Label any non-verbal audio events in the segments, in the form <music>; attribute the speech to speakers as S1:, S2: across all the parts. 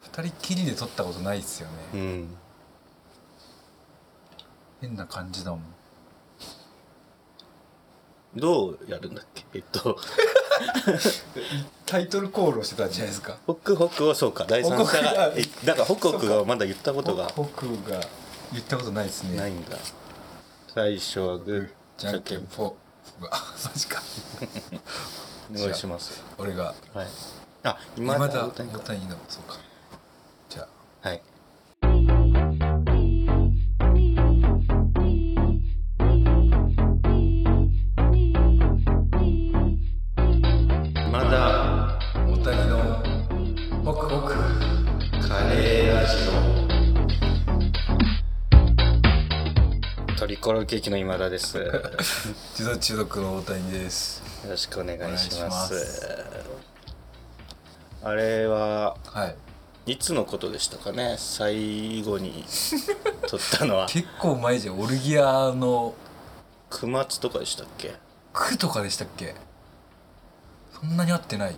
S1: 二人きりで撮ったことないっすよね、
S2: うん
S1: 変な感じだもん
S2: どうやるんだっけえっと
S1: タイトルコールをしてたんじゃないですか
S2: 北北をそうか第三者が
S1: 北
S2: えだから北北がまだ言ったことが
S1: 僕が言ったことないですね
S2: ないんだ最初はグー
S1: じゃんけんぽんうわ <laughs> マジか
S2: お願いします
S1: 俺が
S2: はいあ今
S1: 今
S2: だ
S1: 田
S2: 大谷
S1: 大
S2: か
S1: 谷のそうかじゃあ
S2: はい今だ
S1: 大谷のホクホク
S2: カレーラジオトリコロールケーキの今田ですよ
S1: 自動中毒の大谷です
S2: ろしくお願いし
S1: お願いし
S2: ま
S1: ますす
S2: あれは
S1: はい
S2: いつのことでしたかね最後に撮ったのは
S1: <laughs> 結構前じゃんオルギアの
S2: 9月とかでしたっけ
S1: 区とかでしたっけそんなに会ってない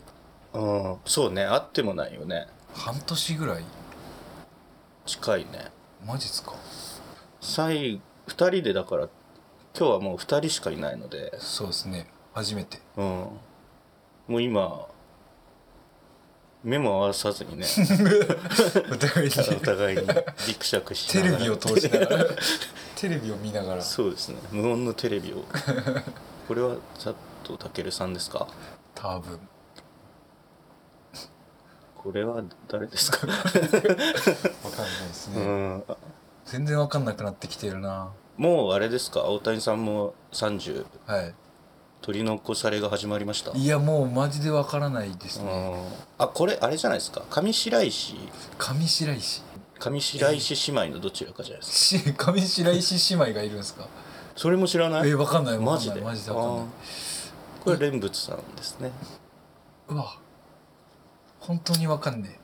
S2: うんそうねあってもないよね
S1: 半年ぐらい
S2: 近いね
S1: マジっすか
S2: 最2人でだから今日はもう2人しかいないので
S1: そうですね初めて
S2: うんもう今目も合わさずにね
S1: お互いに
S2: お互いにギクシャク
S1: <laughs>
S2: し
S1: テ
S2: なが
S1: レビ
S2: ら
S1: を通しながらテレビを見ながら
S2: そうですね無音のテレ
S1: <laughs>
S2: ビをこれは佐藤健さんですか
S1: 多分
S2: これは誰ですか
S1: わかんないです
S2: う
S1: ね、
S2: ん
S1: 全然わかんなくなってきてるな
S2: もうあれですか大谷さんも30
S1: は
S2: 取り残されが始まりました
S1: いいやもうマジでわからないです
S2: う
S1: ね
S2: んあこれあれじゃないですか上白石
S1: 上白石
S2: 上白石姉妹のどちらかじゃないですか
S1: し上白石姉妹がいるんですか
S2: それも知らない
S1: えわかんないわ
S2: マ
S1: かん
S2: ジ
S1: な
S2: で
S1: いマジでわかんない
S2: あーこれ蓮仏さんですね
S1: うわ本当にわかんね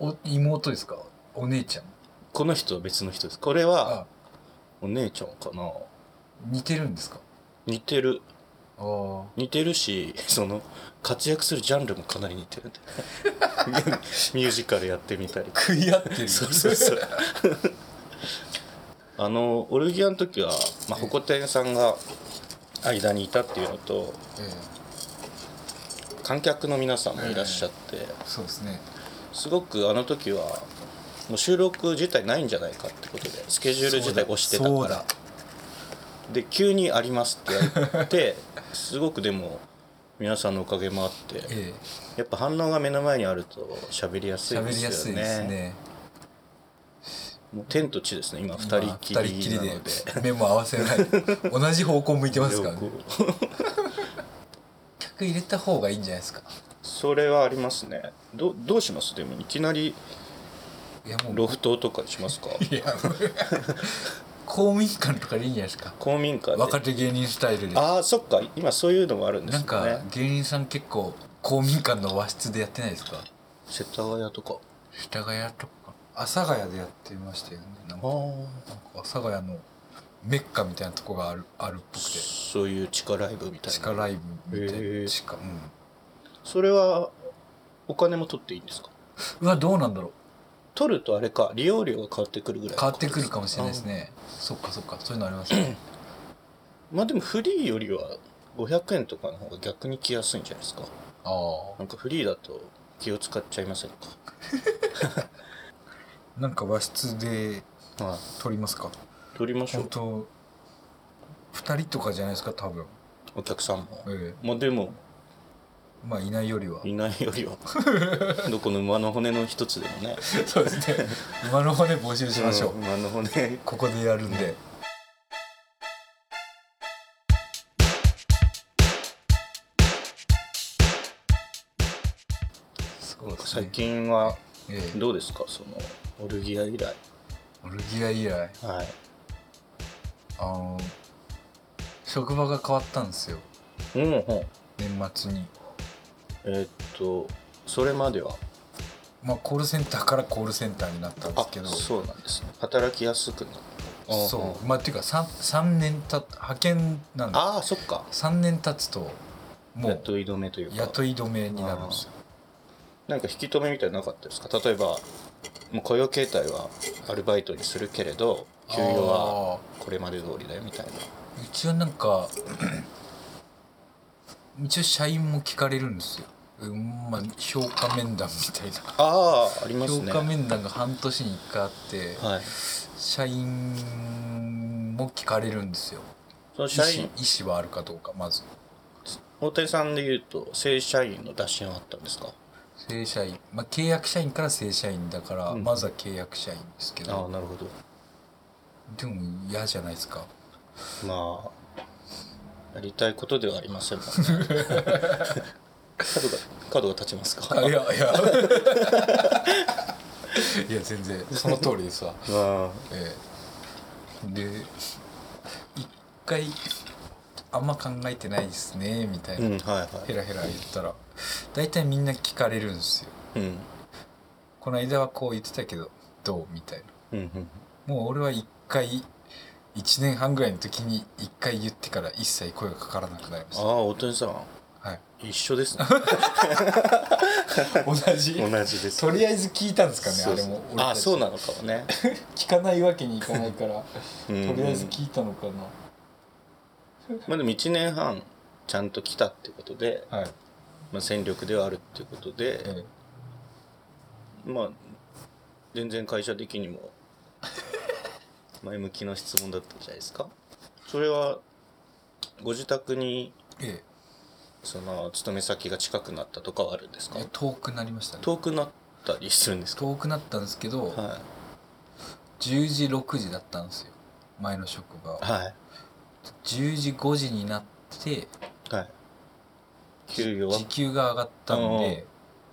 S1: えお妹ですかお姉ちゃん
S2: この人は別の人ですこれは
S1: あ
S2: お姉ちゃんかな
S1: 似てるんですか
S2: 似てる
S1: ああ
S2: 似てるし <laughs> その活躍するジャンルもかなり似てるんで <laughs> ミュージカルやってみたり
S1: 食い合ってる
S2: そうそ
S1: <laughs>
S2: うそう <laughs> あのオルギアの時は、まあ、ホコ天さんが間にいたっていうのと
S1: え
S2: 観客の皆さんもいらっしゃって、
S1: えそうですね
S2: すごくあの時はもう収録自体ないんじゃないかってことでスケジュール自体押してた
S1: そう
S2: か
S1: だ
S2: らで急に「あります」って言われてすごくでも皆さんのおかげもあって
S1: ええ
S2: やっぱ反応が目の前にあると喋りやすい
S1: 喋
S2: で
S1: りや
S2: す
S1: す
S2: よ
S1: いですね
S2: ねもう天と地ですね今二人き
S1: 今二人き
S2: り
S1: り
S2: な
S1: で
S2: ので。
S1: 目も合わせない同じ方向向いてますからね客入れた方がいいんじゃないですか
S2: それはありますねどどうしますでもいきなり
S1: いやもう
S2: ロフトとかにし
S1: <laughs>
S2: ますか
S1: いやもう公民館とかでいいんじゃないですか
S2: 公民館で
S1: 若手芸人スタイルで
S2: ああそっか今そういうのもあるんで
S1: な
S2: す
S1: ん
S2: よ
S1: か
S2: ね
S1: 芸人さん結構公民館の和室でやってないですか
S2: 世田谷とか
S1: 世田谷とか阿佐ヶ谷でやってましたよねなんか
S2: あ
S1: なんか阿佐ヶ谷のメッカみたいなとこがあるあるっぽくて
S2: そういう地下ライブみたい
S1: 地
S2: な
S1: 下ライブみたい
S2: へー
S1: な地下、うん
S2: それはお金も取っていいんですか
S1: うわどうなんだろう
S2: 取るとあれか利用料が変わってくるぐらい
S1: 変わってくるかもしれないですねそっかそっかそういうのありますね
S2: あまあでもフリーよりは500円とかの方が逆に来やすいんじゃないですか
S1: ああ
S2: なんかフリーだと気を使っちゃいませんか
S1: なんか和室で
S2: はい
S1: 撮りますか
S2: 取りましょ
S1: 本
S2: う
S1: 当二人とかじゃないですか多分、
S2: お客さんも
S1: ええ
S2: まあでも
S1: まあいないよりはい
S2: ないよ
S1: <laughs>
S2: りはどこの馬の骨の一つでもね
S1: そうです <laughs> ね馬の骨募集しましょう、
S2: ん馬の骨
S1: ここでやるんで、そうですね
S2: 最近は
S1: ええ
S2: どうですかそのオルギア以来
S1: オルギア以来
S2: はい
S1: あの職場が変わったんですよ
S2: うんうん
S1: 年末に
S2: えーっとそれまでは
S1: まあコールセンターからコールセンターになったんですけど
S2: そうなんですね働きやすくなった
S1: そうまあっていうか 3, 三年たっ派遣なんで
S2: ああそっか
S1: 3年経つともう
S2: 雇い止めというか
S1: 雇い止めになるんですよ
S2: なんか引き止めみたいなのなかったですか例えばもう雇用形態はアルバイトにするけれど給与は
S1: あー
S2: これまで通りだよみたいな
S1: うちはなんか <clears throat> 一応社員も聞かれるんですよ、うんまあ、評価面談みたいな、
S2: あああります
S1: 評
S2: ね
S1: 価面談が半年に1回あって、
S2: はい
S1: 社員も聞かれるんですよ
S2: その
S1: 意思
S2: 社員
S1: 意思はあるかどうかまず
S2: 大谷さんで言うと正社員の打診はあったんですか
S1: 正社員、まあ、契約社員から正社員だから、
S2: うん
S1: まずは契約社員ですけ
S2: ああ
S1: ど
S2: なるほど
S1: でも嫌じゃないですか
S2: まあやりたいことではありませんもん <laughs> ね角が角が立ちますか
S1: あいやいやいや全然その通りですわ
S2: あ
S1: ええで一回あんま考えてないですねみたい
S2: うん
S1: な、
S2: はいは
S1: ヘラヘラ言ったら大体みんな聞かれるんですよ
S2: いうん
S1: この間はこう言ってたけどどうみたいな
S2: うんうん
S1: もう俺は一回1年半ぐらいの時に一回言ってから一切声がかからなくなりまし
S2: ああ大谷さん
S1: たはい
S2: 一緒ですね
S1: 同じ
S2: <laughs> 同じです
S1: とりあえず聞いたんですかね
S2: そうそう
S1: あれも俺たち
S2: あそうなのかも
S1: <laughs>
S2: ね
S1: 聞かないわけにいかないから
S2: <laughs> と
S1: とりあえず聞いたのか
S2: まあでも1年半ちゃんと来たってことで、
S1: なはい、
S2: まあ、戦力ではあるってことで、
S1: え
S2: まあ全然会社的
S1: <laughs>
S2: にも前向きな質問だったじゃないですかそれはご自宅に
S1: ええ
S2: その勤め先が近くなったとかはあるんですか
S1: え遠くなりましたね
S2: 遠くなったりするんですか
S1: 遠くなったんですけど、
S2: は
S1: 10時6時だったんですよ前の職場
S2: いはい
S1: 10時5時になって
S2: はい給与は
S1: 時給が上がったんで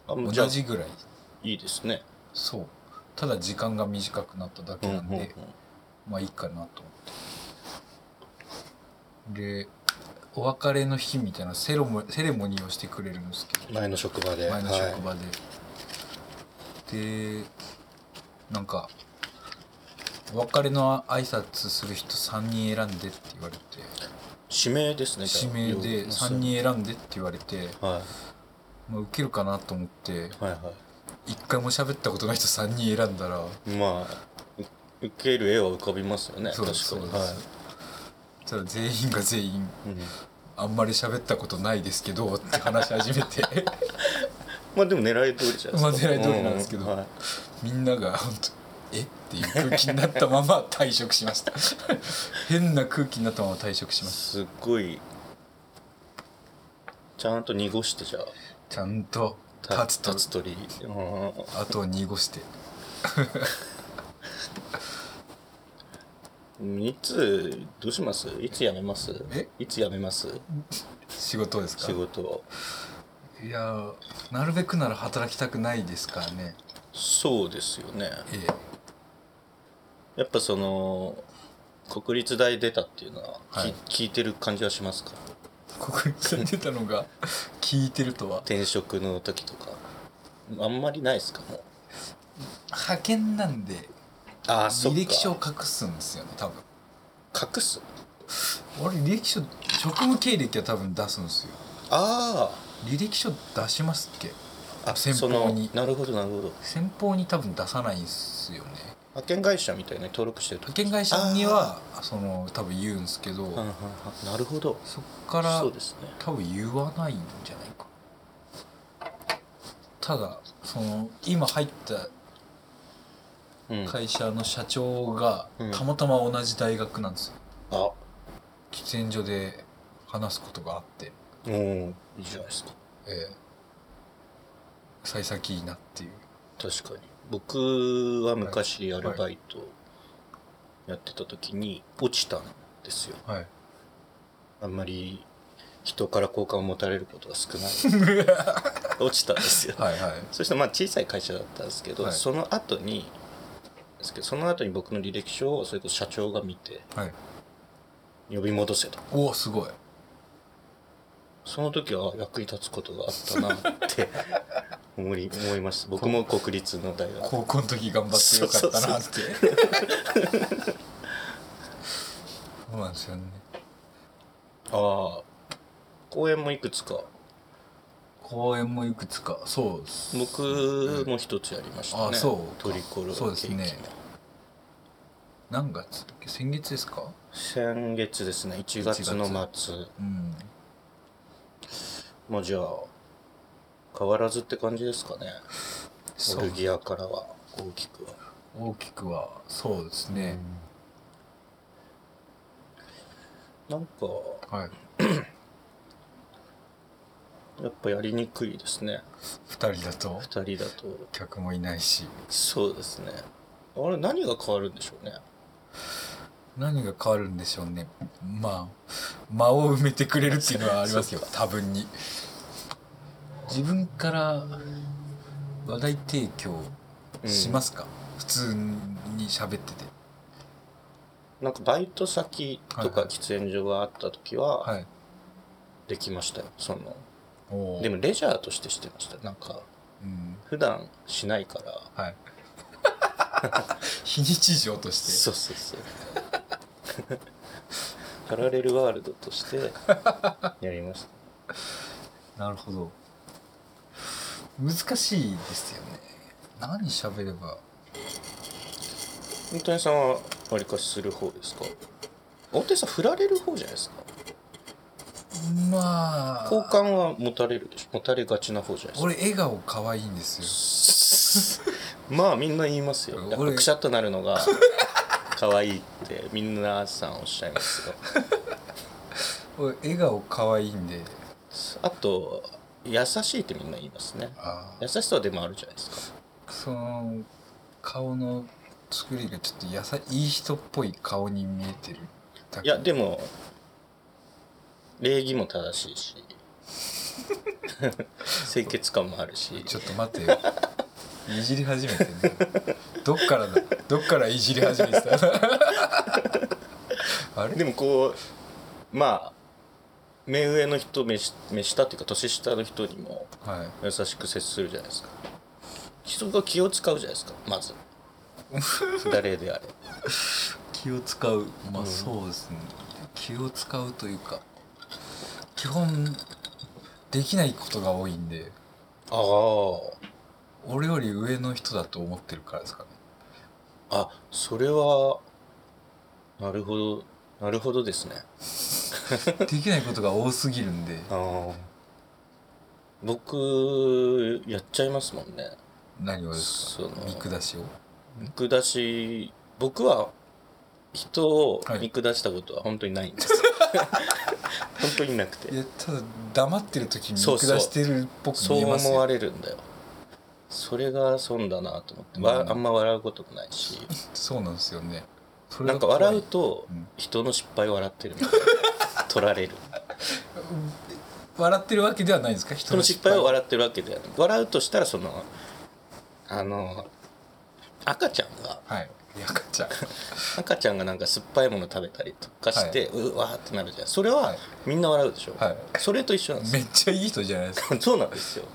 S2: あもうじゃ
S1: 同
S2: あ
S1: じぐらい
S2: いいですね
S1: そうただ時間が短くなっただけなんで、まあいいかなと思ってでお別れの日みたいなセロモセレモニーをしてくれるんですけど
S2: 前の職場で
S1: 前の職
S2: はい
S1: 場で、でなんかお別れの挨拶する人3人選んでって言われて
S2: 指名ですねじゃあ
S1: 指名で
S2: 要
S1: 3人選んでって言われて、
S2: は
S1: まあ、受けるかなと思って
S2: いはいはい
S1: 1回も喋ったことない人3人選んだら
S2: まあう受ける絵は浮かびますよね
S1: そう
S2: 確か
S1: で
S2: に
S1: すそうです、
S2: は
S1: ただ全員が全員
S2: いうん
S1: あんまり喋ったことないですけどって話し始めて <laughs>
S2: まあでも狙い通りじゃないですか
S1: まあ狙い通りなんですけど
S2: うはい
S1: みんなが本当えっていう空気になったまま退職しました <laughs> 変な空気になったまま退職しまし
S2: すっごいちゃんと濁してじゃあ
S1: たちゃんと立つと
S2: 立つ鳥うん
S1: 後を濁して
S2: いつどうしますいつ辞めます
S1: え
S2: いつ辞めます
S1: 仕事ですか
S2: 仕事を
S1: いやーなるべくなら働きたくないですからね
S2: そうですよね
S1: え
S2: やっぱその国立大出たっていうのは、き
S1: はい
S2: 聞いてる感じはしますか
S1: え国立に出たのが聞いてるとは
S2: 転職の時とかあんまりないですかもう
S1: 派遣なんで
S2: ああそっ
S1: 履
S2: か
S1: 歴書を隠すんですよね多分
S2: 隠す
S1: 俺履歴書職務経歴は多分出すんですよ
S2: あ
S1: 履歴書出しますっけ
S2: ああ
S1: 先
S2: そ
S1: 方
S2: の
S1: に
S2: なるほどなるほど
S1: 先方に多分出さないんすよね
S2: 派遣会社みたいなのに登録してると
S1: 派遣会社にはその多分言うんすけど、
S2: うんうんうんなるほど
S1: そっから
S2: そうですね
S1: 多分言わないんじゃないかただその今入った
S2: うん
S1: 会社の社長が
S2: うん
S1: たまたま同じ大学なんですよ
S2: あ
S1: 喫煙所で話すことがあって、
S2: うんいいじゃないですか
S1: えー、幸先いいなっていう
S2: 確かに僕は昔アルバイトやってた時に落ちたんですよ
S1: はい
S2: あんまり人から好感を持たれることが少
S1: <laughs>
S2: ない落ちたんですよ
S1: はいはい
S2: そしてまあ小さい会社だったんですけど、
S1: はい
S2: その後にですけどその後に僕の履歴書をそれこそ社長が見て
S1: はい
S2: 呼び戻せと
S1: おおすごい
S2: その時は役に立つことがあったなって
S1: <laughs>
S2: 思い思いました僕も国立の大学
S1: 高校の時頑張ってよかったなって
S2: <laughs>
S1: そうなんですよね
S2: ああ公演もいくつか
S1: 公演もいくつかそうです
S2: 僕も一つやりましたね、
S1: あそう
S2: トリコロールケーキ
S1: そうですね何月だっけ先月ですか
S2: 先月ですね1月の末
S1: うん
S2: もうじゃあ変わらずって感じですかね
S1: そ
S2: オル
S1: う
S2: ギアからは大きくは
S1: 大きくはそうですね、
S2: なんか
S1: はい
S2: やっぱやりにくいですね
S1: 2人だと
S2: 2人だと
S1: 客もいないし
S2: そうですねあれ何が変わるんでしょうね
S1: 何が変わるんでしょうねまあ間を埋めてくれるっていうのはありますよ
S2: そう
S1: 多分に自分から話題提供しますか、普通に喋ってて
S2: なんかバイト先と
S1: はい
S2: か
S1: はい
S2: 喫煙所があった時は
S1: はい
S2: できましたよ、その
S1: おー
S2: でもレジャーとしてしてましたなんか
S1: うん
S2: 普段しないから <laughs>
S1: はい非日常として
S2: そうそうそう <laughs> パラレルワールドとしてやりました
S1: なるほど難しいですよね何喋れば
S2: 三谷さんはわりかしする方ですか大手さん振られる方じゃないですか
S1: まあ
S2: 好感は持たれるでしょ持たれがちな方じゃないですか
S1: 俺笑顔可愛いんです
S2: <laughs> まあみんな言いますよ。やっぱ
S1: 俺
S2: くしゃっとなるのが <laughs> 可愛いってみんなさんおっしゃいますよ。
S1: よ俺笑顔可愛いんで
S2: あと優しいってみんな言いますね。
S1: あー
S2: 優しさはでもあるじゃないですか。
S1: その顔の作りがちょっとやさいい人っぽい顔に見えてるだ
S2: いやでも礼儀も正し
S1: <laughs>
S2: いし清潔感もあるし
S1: ちょっと待ってよいじり始めてねどっからだどっからいじり始めてた
S2: <laughs>
S1: あれ
S2: でもこうまあ目上の人目し目下っていうか年下の人にも
S1: はい
S2: 優しく接するじゃないですか人が気を使うじゃないですかま
S1: <laughs>
S2: ず誰であれ
S1: 気を使うまあ
S2: うん
S1: そうですね、気を使うというか基本できないことが多いんで
S2: ああ
S1: 俺より上の人だと思ってるからですかね
S2: あそれはなるほどなるほどですね
S1: できないことが多すぎるんで
S2: ああ僕やっちゃいますもんね
S1: 何をです
S2: その
S1: か見下しを
S2: 見下し僕は人を
S1: はい
S2: 見下したことは本当にない
S1: <laughs>
S2: んです、本当になくて
S1: いやただ黙ってる時に見
S2: そうそう
S1: 下してるっぽく見
S2: そ
S1: え
S2: う
S1: ます
S2: 思
S1: よ
S2: われるんだよそれが損だなと思って、
S1: うん
S2: わあんま笑うこともないし
S1: そうなんですよねそれ
S2: な
S1: が
S2: んか
S1: 怖い
S2: 笑うと
S1: うん
S2: 人の失敗を笑ってるみたいな <laughs> 取ら
S1: <laughs>
S2: れる
S1: 笑ってるわけではないんですか人
S2: 人の失敗を笑ってるわけではない笑うとしたらそのあの赤ちゃんが
S1: はいいや赤ちゃん
S2: 赤ちゃんがなんか酸っぱいもの食べたりとかして、うわーってなるじゃんそれは
S1: はい
S2: みんな笑うでしょ、
S1: はい
S2: それと一緒なんです
S1: めっちゃいい人じゃないですか
S2: よそうなんですよ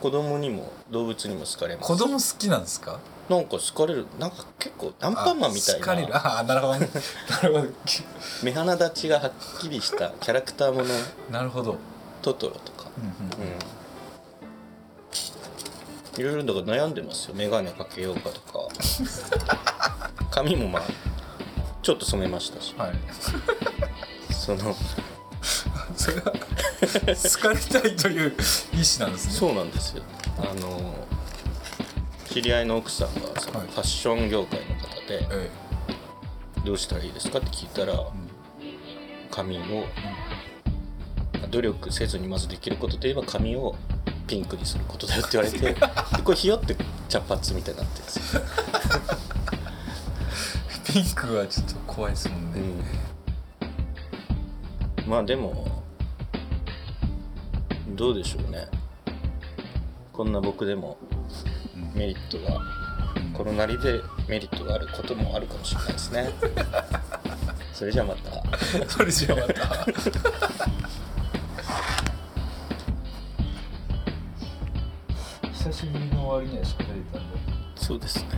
S2: 子供にも動物にも好かれます
S1: 子供好きなんですか
S2: なんか好かれるなんか結構アンパンマンみたい
S1: あ好かれる
S2: な
S1: あなるほどね <laughs> なるほど
S2: 目鼻立ちがはっきりしたキャラクターもの
S1: なるほど、
S2: トトロとか
S1: うんうん
S2: うんいろいろだから悩んでますよ眼鏡かけようかとか髪もまあちょっと染めましたし
S1: はい
S2: その
S1: そ
S2: <laughs>
S1: れは好かれたいという意思なんですね
S2: そうなんですよあの知り合いの奥さんがその
S1: はい
S2: ファッション業界の方で
S1: え
S2: 「どうしたらいいですか?」って聞いたら
S1: え
S2: 髪を努力せずにまずできることといえば髪をピンクにすることだよって言 <laughs> われてでこれひよって茶髪みたいになってるんです <laughs> よ
S1: ピンクはちょっと怖いですもんね、
S2: うん、まあでもどうでしょうねこんな僕でも
S1: うん
S2: メリットがこのなりでメリットがあることもあるかもしれないです <laughs> ねそれじゃあまた
S1: <laughs> それじゃまた久しぶりの終わりには喋れたんで
S2: そうですね